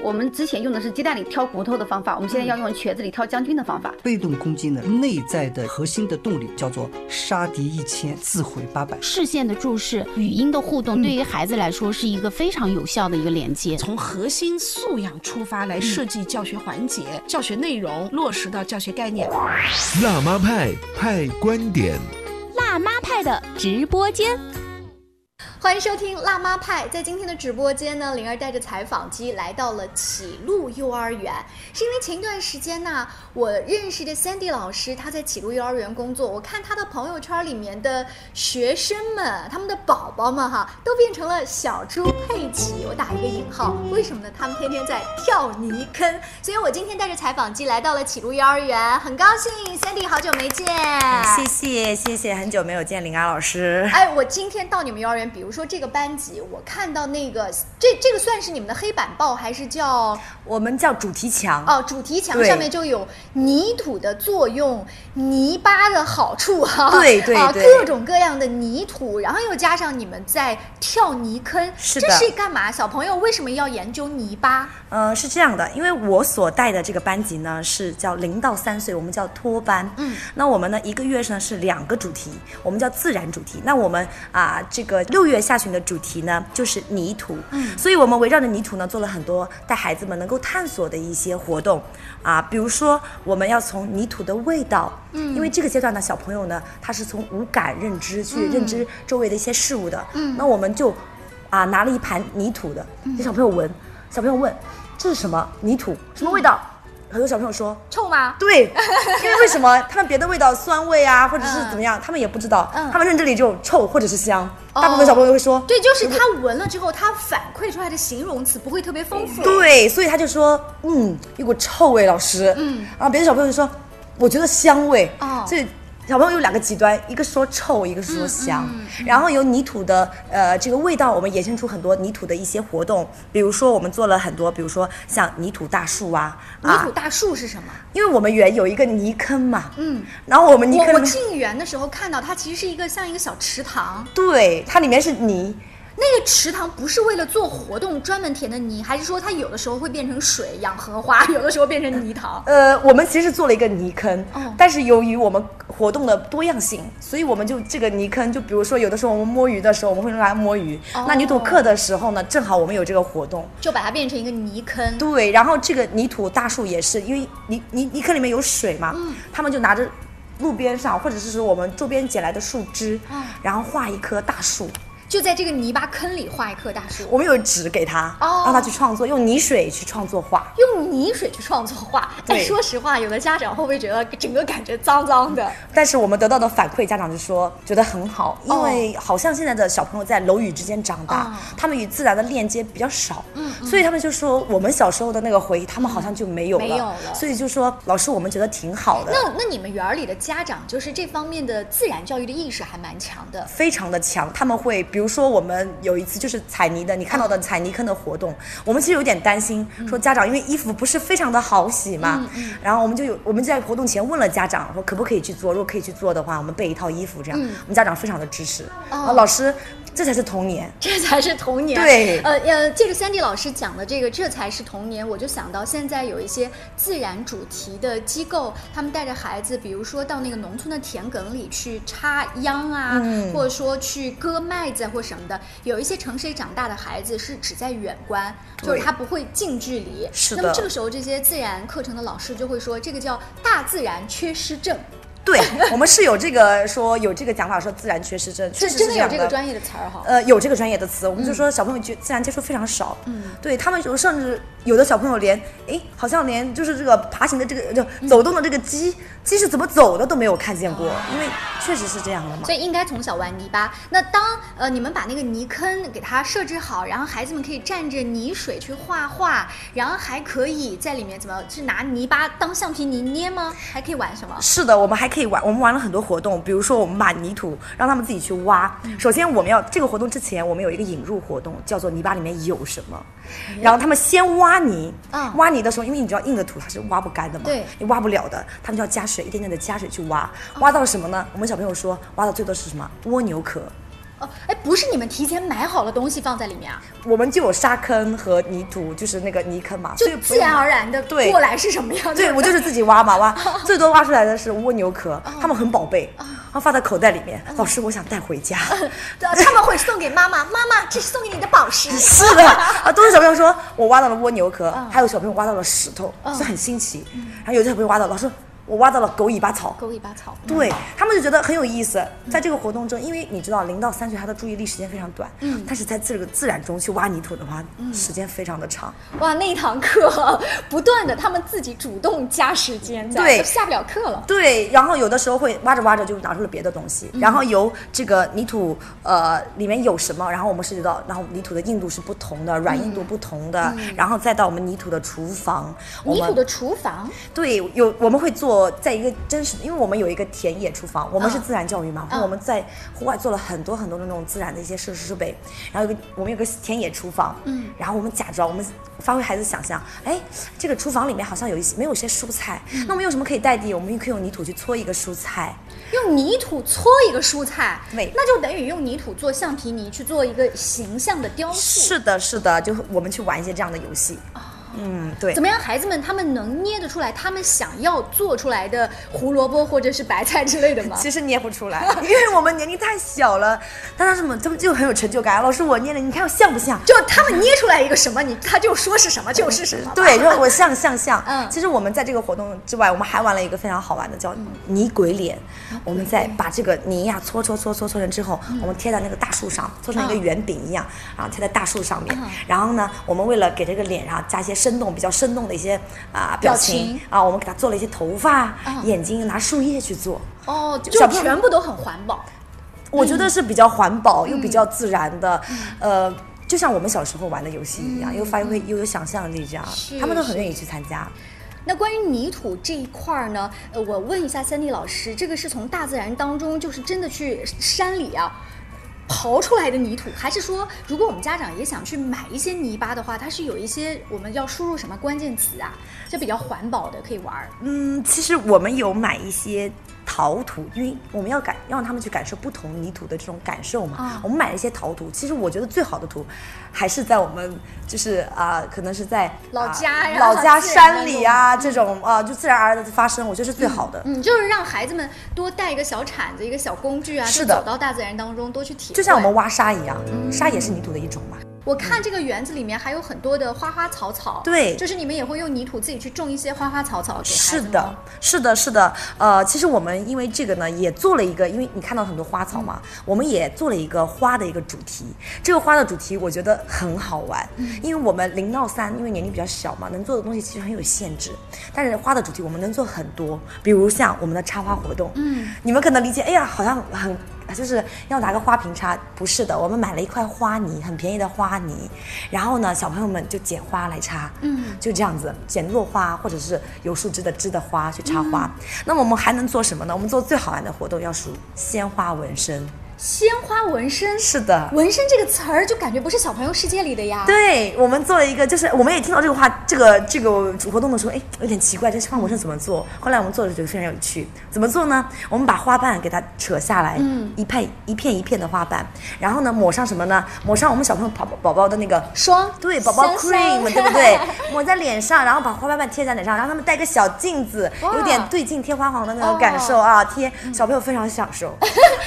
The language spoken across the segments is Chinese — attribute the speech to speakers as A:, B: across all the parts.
A: 我们之前用的是鸡蛋里挑骨头的方法，我们现在要用瘸子里挑将军的方法。
B: 被动攻击呢，内在的核心的动力叫做杀敌一千，自毁八百。
C: 视线的注视、语音的互
D: 嗯
C: 动，对于孩子来说是一个非常有效的一个连接。
E: 从核心素养出发来设计教学环节、教学内容，落实到教学概念。
F: 辣妈派派观点，
D: 辣妈派的直播间。
G: 欢迎收听《辣妈派》。在今天的直播间呢，灵儿带着采访机来到了启路幼儿园，是因为前一段时间呢、我认识的 Sandy 老师，他在启路幼儿园工作。我看他的朋友圈里面的学生们，他们的宝宝们哈，都变成了小猪佩奇，我打一个引号。为什么呢？他们天天在跳泥坑。所以我今天带着采访机来到了启路幼儿园，很高兴，Sandy 好久没见，
H: 嗯
G: 啊
H: 谢谢谢谢，很久没有见林儿老师。
G: 哎，我今天到你们幼儿园，比如说这个班级，我看到那个这这个算是你们的黑板报，还是叫
H: 我们叫主题墙，
G: 哦主题墙
H: 对
G: 上面就有泥土的作用、泥巴的好处哈、
H: 对对
G: 啊，
H: 对
G: 各种各样的泥土，然后又加上你们在跳泥坑，
H: 是
G: 这
H: 的
G: 是干嘛？小朋友为什么要研究泥巴？
H: 呃，是这样的，因为我所带的这个班级呢是叫零到三岁，我们叫托班。
G: 嗯，
H: 那我们呢一个月呢是两个主题，我们叫自然主题。那我们啊、这个六月下旬的主题呢就是泥土。嗯，所以我们围绕着泥土呢做了很多带孩子们能够探索的一些活动啊，比如说我们要从泥土的味道，嗯，因为这个阶段呢小朋友呢他是从无感认知去认知周围的一些事物的。嗯，那我们就啊拿了一盘泥土的，
G: 嗯
H: 给小朋友闻。小朋友问：“这是什么？泥土什么味道？”
G: 嗯
H: 很多小朋友说
G: 臭吗：“？
H: 对， 因为为什么他们别的味道酸味啊，或者是怎么样，他们也不知道，
G: 嗯
H: 他们认这里就臭或者是香。
G: 哦
H: 大部分小朋友会说，
G: 对，就是他闻了之后，他反馈出来的形容词不会特别丰富。
H: 对，所以他就说，嗯，有股臭味，老师，
G: 嗯，
H: 然后别的小朋友就说，我觉得香味，
G: 哦
H: 所以。小朋友有两个极端，一个说臭，一个是说香。
G: 嗯
H: 然后由泥土的呃这个味道，我们衍生出很多泥土的一些活动，比如说我们做了很多，比如说像泥土大树啊，
G: 泥
H: 啊
G: 土大树是什么？
H: 因为我们园有一个泥坑嘛，
G: 嗯，
H: 然后我们泥
G: 我
H: 坑
G: 我
H: 里面
G: 进园的时候看到它其实是一个像一个小池塘，
H: 对，它里面是泥，
G: 那个池塘不是为了做活动专门填的泥，还是说它有的时候会变成水养荷花，有的时候变成泥塘？
H: 呃，我们其实做了一个泥坑，
G: 哦
H: 但是由于我们活动的多样性，所以我们就这个泥坑，就比如说有的时候我们摸鱼的时候，我们会用来摸鱼。
G: 哦
H: 那泥土课的时候呢，正好我们有这个活动。
G: 就把它变成一个泥坑。
H: 对，然后这个泥土大树也是，因为泥泥泥坑里面有水嘛，
G: 嗯
H: 他们就拿着路边上或者是说我们周边捡来的树枝，
G: 哦
H: 然后画一棵大树。
G: 就在这个泥巴坑里画一棵大树，
H: 我们有纸给他，
G: 哦
H: 让他去创作，用泥水去创作画。
G: 用泥水去创作画。但
H: 对
G: 说实话，有的家长会不会觉得整个感觉脏脏的？
H: 但是我们得到的反馈，家长就说觉得很好，因为好像现在的小朋友在楼宇之间长大，
G: 哦嗯
H: 他们与自然的链接比较少，所以他们就说我们小时候的那个回忆，他们好像就没有了，
G: 没有了
H: 所以就说老师，我们觉得挺好的，
G: 那那你们园儿里的家长就是这方面的自然教育的意识还蛮强的。
H: 非常的强。他们会，比如说我们有一次就是踩泥的，你看到的踩泥坑的活动，我们其实有点担心，说家长因为衣服不是非常的好洗嘛，然后我们就有我们在活动前问了家长说可不可以去做，如果可以去做的话，我们备一套衣服这样，我们家长非常的支持，然后老师这才是童年。
G: 这才是童年。
H: 对
G: 呃呃，借着三 D 老师讲的这个，这才是童年，我就想到现在有一些自然主题的机构，他们带着孩子，比如说到那个农村的田埂里去插秧啊，
H: 嗯
G: 或者说去割麦子或什么的。有一些城市里长大的孩子是只在远观，就是
H: 对
G: 他不会近距离。
H: 是
G: 那么
H: 的
G: 这个时候，这些自然课程的老师就会说，这个叫大自然缺失症，
H: 对 我们是有这个说有这个讲法说自然缺失症，确
G: 这
H: 实
G: 真
H: 是
G: 的
H: 样
G: 有
H: 的。
G: 这个专业的词儿哈。嗯
H: 呃，有这个专业的词，我们就说小朋友接自然接触非常少，嗯，对他们有甚至有的小朋友连，哎，好像连就是这个爬行的这个就走动的这个鸡、鸡是怎么走的都没有看见
G: 哦
H: 过，因为确实是这样的嘛。
G: 所以应该从小玩泥巴。那当呃你们把那个泥坑给它设置好，然后孩子们可以蘸着泥水去画画，然后还可以在里面怎么是拿泥巴当橡皮泥捏吗？还可以玩什么？
H: 是的，我们还可以玩，我们玩了很多活动，比如说我们把泥土让他们自己去挖。
G: 嗯
H: 首先，我们要这个活动之前，我们有一个引入活动，叫做泥巴里面有什么。然后他们先挖泥，
G: 嗯
H: 挖泥的时候，因为你知道硬的土它是挖不干的嘛，
G: 对哦
H: 你挖不了的，他们就要加水，一点点的加水去挖。挖到了什么呢？我们小朋友说，挖到最多是什么？蜗牛壳。
G: 哦，哎，不是你们提前买好了东西放在里面啊，
H: 我们就有沙坑和泥土，就是那个泥坑嘛，
G: 就
H: 所以不
G: 自然
H: 用
G: 而然的
H: 对
G: 过来是什么样的？
H: 对我就是自己挖嘛挖，最多挖出来的是蜗牛壳，
G: 嗯
H: 他们很宝贝，然后放在口袋里面。老师，我想带回家。
G: 嗯 对啊他们会送给妈妈，妈妈这是送给你的宝石。
H: 是 的啊，都是小朋友说我挖到了蜗牛壳，
G: 嗯
H: 还有小朋友挖到了石头，是很新奇。然后有的小朋友挖到，老师我挖到了狗尾巴草。
G: 狗尾巴草，嗯
H: 对他们就觉得很有意思，在这个活动中，因为你知道零到三岁他的注意力时间非常短，嗯，但是在这个自然中去挖泥土的话，
G: 嗯
H: 时间非常的长。
G: 哇，那一堂课不断的他们自己主动加时间的，嗯
H: 对
G: 都下不了课了。
H: 对，然后有的时候会挖着挖着就拿出了别的东西，然后由这个泥土呃里面有什么，然后我们涉及到，然后泥土的硬度是不同的，软
G: 嗯
H: 硬度不同的，然后再到我们泥土的厨房，我
G: 泥
H: 们
G: 土的厨房，
H: 对有我们会做在一个真实，因为我们有一个田野厨房，我们是自然教育嘛，然后我们在户外做了很多很多的那种自然的一些设施设备，然后有个我们有个田野厨房，嗯，然后我们假装我们发挥孩子想象，哎，这个厨房里面好像有一些没有一些蔬菜，那我们用什么可以代替？我们可以用泥土去搓一个蔬菜，
G: 用泥土搓一个蔬菜，
H: 对
G: 那就等于用泥土做橡皮泥去做一个形象的雕塑。
H: 是的，是的，就我们去玩一些这样的游戏，嗯，对
G: 怎。么样，孩子们他们能捏得出来他们想要做出来的胡萝卜或者是白菜之类的吗？
H: 其实捏不出来，因为我们年龄太小了。但是我们他们就很有成就感。老师，我捏了，你看我像不像？
G: 就他们捏出来一个什么，你他就说是什么就是什么。
H: 对，就是我像像像。
G: 嗯
H: 其实我们在这个活动之外，我们还玩了一个非常好玩的，叫泥鬼脸。我们再把这个泥呀、搓搓搓搓搓成之后，
G: 嗯
H: 我们贴在那个大树上，搓成一个圆饼一样，然后贴在大树上面。
G: 嗯
H: 然后呢，我们为了给这个脸上加一些生动、比较生动的一些啊、表
G: 表
H: 情
G: 情嗯
H: 啊，我们给它做了一些头发、眼睛，拿树叶去做。
G: 哦，就
H: 小朋友
G: 全部都很环保。
H: 我觉得是比较环保
G: 嗯
H: 又比较自然的，呃，就像我们小时候玩的游戏一样，又发挥又有想象力这样
G: 嗯是，
H: 他们都很
G: 是
H: 愿意去参加。
G: 那关于泥土这一块儿呢，呃，我问一下三 D 老师，这个是从大自然当中，就是真的去山里啊刨出来的泥土，还是说如果我们家长也想去买一些泥巴的话，它是有一些我们要输入什么关键词啊，这比较环保的可以玩儿？
H: 嗯，其实我们有买一些陶土，因为我们要感让他们去感受不同泥土的这种感受嘛。
G: 啊
H: 我们买了一些陶土，其实我觉得最好的土还是在我们就是啊、可能是在
G: 老
H: 啊
G: 家呀
H: 老 家
G: 自然的
H: 山里啊这种啊、就自然而然的发生，我觉得是最好的。
G: 嗯，就是让孩子们多带一个小铲子、一个小工具啊，
H: 是
G: 就
H: 的
G: 走到大自然当中多去体会。
H: 就像我们挖沙一样，
G: 嗯
H: 沙也是泥土的一种嘛。
G: 我看这个园子里面还有很多的花花草草，
H: 对
G: 就是你们也会用泥土自己去种一些花花草草给孩
H: 是
G: 子们
H: 的，是的，是的。呃，其实我们因为这个呢，也做了一个，因为你看到很多花草嘛，
G: 嗯
H: 我们也做了一个花的一个主题。这个花的主题我觉得很好玩，
G: 嗯
H: 因为我们零到三，因为年龄比较小嘛，能做的东西其实很有限制。但是花的主题我们能做很多，比如像我们的插花活动，嗯，你们可能理解，哎呀，好像很。就是要拿个花瓶插，不是的，我们买了一块花泥，很便宜的花泥，然后呢，小朋友们就捡花来插，嗯，就这样子捡落花或者是有树枝的枝的花去插花。那么我们还能做什么呢？我们做最好玩的活动要数鲜花纹身，
G: 鲜花纹身
H: 是的。
G: 纹身这个词儿就感觉不是小朋友世界里的呀。
H: 对我们做了一个，就是我们也听到这个话，这个这个活动的时候，哎，有点奇怪，这花纹身怎么做？后来我们做的觉得非常有趣，怎么做呢？我们把花瓣给它扯下来，嗯，一片一片一片的花瓣，然后呢抹上什么呢？抹上我们小朋友宝宝宝宝的那个
G: 霜
H: 对，宝宝
G: 香香
H: cream 对不对？ 抹在脸上，然后把花瓣瓣贴在脸上，然后他们戴个小镜子，
G: 哇嗯
H: 有点对镜贴花黄的那种感受啊，贴小朋友非常享 受。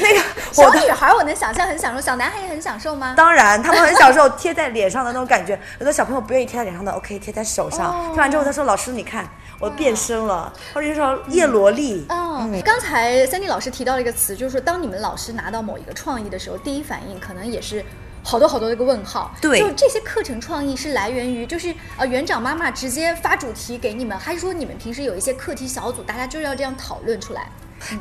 H: 那个
G: 小
H: 我的
G: 女孩我能想象很享受，小男孩也很享受吗？
H: 当然，他们很享受贴在脸上的那种感觉。 有的小朋友不愿意贴在脸上的，OK，贴在手上。
G: 哦
H: 贴完之后，他说：“老师，你看我变身了。”或者说叶罗丽。
G: 嗯，刚才三 D 老师提到了一个词，就是说当你们老师拿到某一个创意的时候，第一反应可能也是好多好多的一个问号。
H: 对
G: 就这些课程创意是来源于就是呃园长妈妈直接发主题给你们，还是说你们平时有一些课题小组，大家就要这样讨论出来？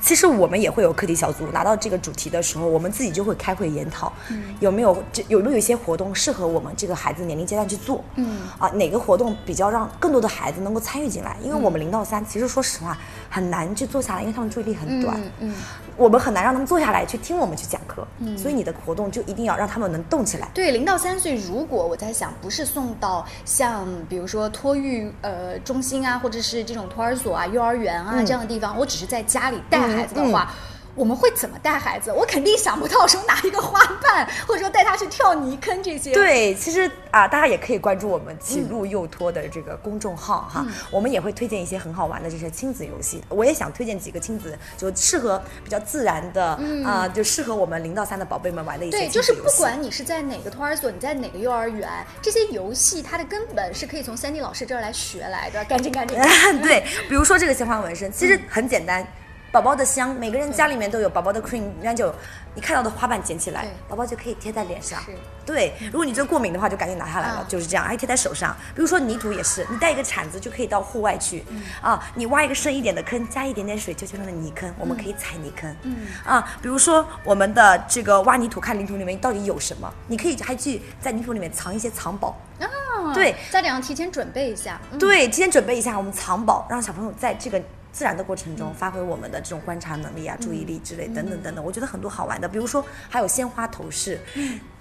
H: 其实我们也会有课题小组，拿到这个主题的时候，我们自己就会开会研讨，有没有这有没有一些活动适合我们这个孩子年龄阶段去做？嗯，啊，哪个活动比较让更多的孩子能够参与进来？因为我们零到三，其实说实话很难去做下来，因为他们注意力很短，嗯，我们很难让他们坐下来去听我们去讲课，嗯，所以你的活动就一定要让他们能动起来。
G: 对，零到三岁，如果我在想，不是送到像比如说托育呃中
H: 嗯
G: 心啊，或者是这种托儿所啊、幼儿园啊、这样的地方，我只是在家里带孩子的话。我们会怎么带孩子？我肯定想不到说拿一个花瓣，或者说带他去跳泥坑这些。，
H: 对，其实啊、大家也可以关注我
G: 嗯
H: 们“起路幼托”的这个公众号哈，我们也会推荐一些很好玩的这些亲子游戏。我也想推荐几个亲子，就适合比较自然的啊、就适合我们零到三的宝贝们玩的一
G: 嗯
H: 些
G: 对，
H: 亲子
G: 就
H: 游戏。
G: 是不管你是在哪个托儿所，你在哪个幼儿园，这些游戏它的根本是可以从三 D 老师这儿来学来的。赶紧赶 紧，
H: 对，比如说这个鲜花纹身，其
G: 嗯
H: 实很简单。宝宝的香，每个人家里面都有宝宝的 cream，那就你看到的花瓣捡起来
G: 对，
H: 宝宝就可以贴在脸上
G: 是。
H: 对，如果你真过敏的话，就赶紧拿下来了
G: 啊，
H: 就是这样。还贴在手上，比如说泥土也是，你带一个铲子就可以到户外去啊，你挖一个深一点的坑，加一点点水就成了泥坑，我们可以踩泥坑。嗯啊，比如说我们的这个挖泥土，看泥土里面到底有什么，你可以还去在泥土里面藏一些藏宝。对，
G: 嗯家长要提前准备一下。嗯
H: 对，提前准备一下我们藏宝，让小朋友在这个自然的过程中发挥我们的这种观察能力啊、注意力之类等等等等。我觉得很多好玩的，比如说还有鲜花头饰，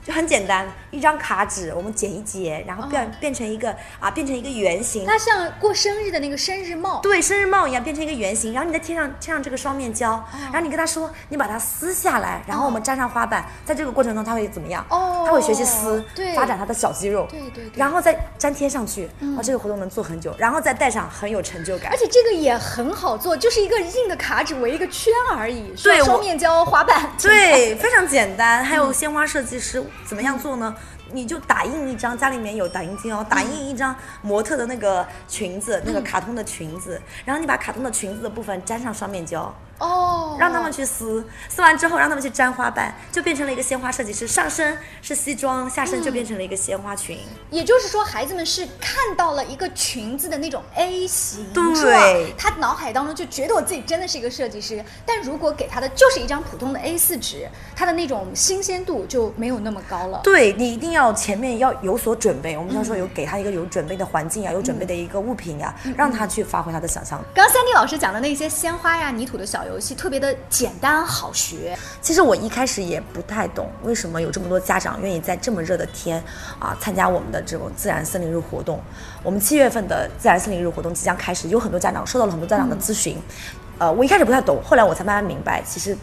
H: 就很简单，一张卡纸我们剪一截，然后变变成一个啊，变成一个圆形。
G: 它像过生日的那个生日帽，
H: 对，生日帽一样变成一个圆形，然后你再贴上贴上这个双面
G: 哦
H: 胶，然后你跟他说，你把它撕下来，然后我们粘上花瓣，在这个过程中他会怎么样？
G: 哦
H: 他会学习撕，
G: 对
H: 发展他的小肌肉，
G: 对对对
H: 然后再粘贴上去，哦，这个活动能做很久，然后再戴上很有成就感
G: 而。且这个也很好做，就是一个硬的卡纸围一个圈而已，需要
H: 对我
G: 双面胶、花瓣。
H: 对，非常简单。还
G: 嗯
H: 有鲜花设计师怎么样做呢？你就打印一张，家里面有打印机
G: 嗯
H: 哦，打印一张模特的那个裙子，那个卡通的裙子，然后你把卡通的裙子的部分粘上双面胶，
G: 哦，
H: 让他们去撕，撕完之后让他们去粘花瓣，就变成了一个鲜花设计师。上身是西装，下身就变成了一个鲜花裙。
G: 也就是说，孩子们是看到了一个裙子的那种 A 型
H: 对
G: 状，他脑海当中就觉得我自己真的是一个设计师。但如果给他的就是一张普通的 A 4纸，他的那种新鲜度就没有那么高了。
H: 对你一定要前面要有所准备，我们要说有给他一个有准备的环境啊，有准备的一个物品呀、让他去发挥他的想象力
G: 刚刚三 D 老师讲的那些鲜花呀、泥土的小游戏，特别的简单好学。
H: 其实我一开始也不太懂，为什么有这么多家长愿意在这么热的天啊参加我们的这种自然森林日活动。我们七月份的自然森林日活动即将开始，有很多家长收到了很多家长的咨询。呃，我一开始不太懂，后来我才慢慢明白，其实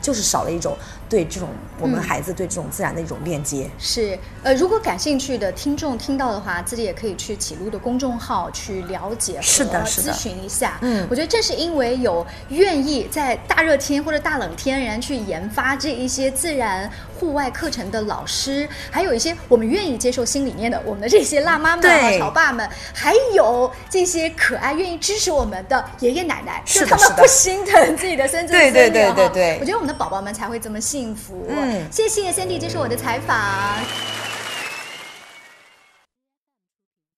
H: 就是少了一种对这种我们孩子对这种自然的一种链接。
G: 是，呃，如果感兴趣的听众听到的话，自己也可以去启路的公众号去了解
H: 是的
G: 和
H: 是的
G: 咨询一下。
H: 嗯
G: 我觉得正是因为有愿意在大热天或者大冷天然去研发这一些自然户外课程的老师，还有一些我们愿意接受新理念的我们的这些辣妈们和
H: 对
G: 潮爸们，还有这些可爱愿意支持我们的爷爷奶奶，就是
H: 的
G: 他们
H: 是的
G: 不心疼自己的孙子
H: 对对
G: 孙女
H: 对对
G: 哈
H: 对
G: 我觉得我们的宝宝们才会这么幸福。
H: 嗯
G: 谢谢 Sandy 接受我的采访。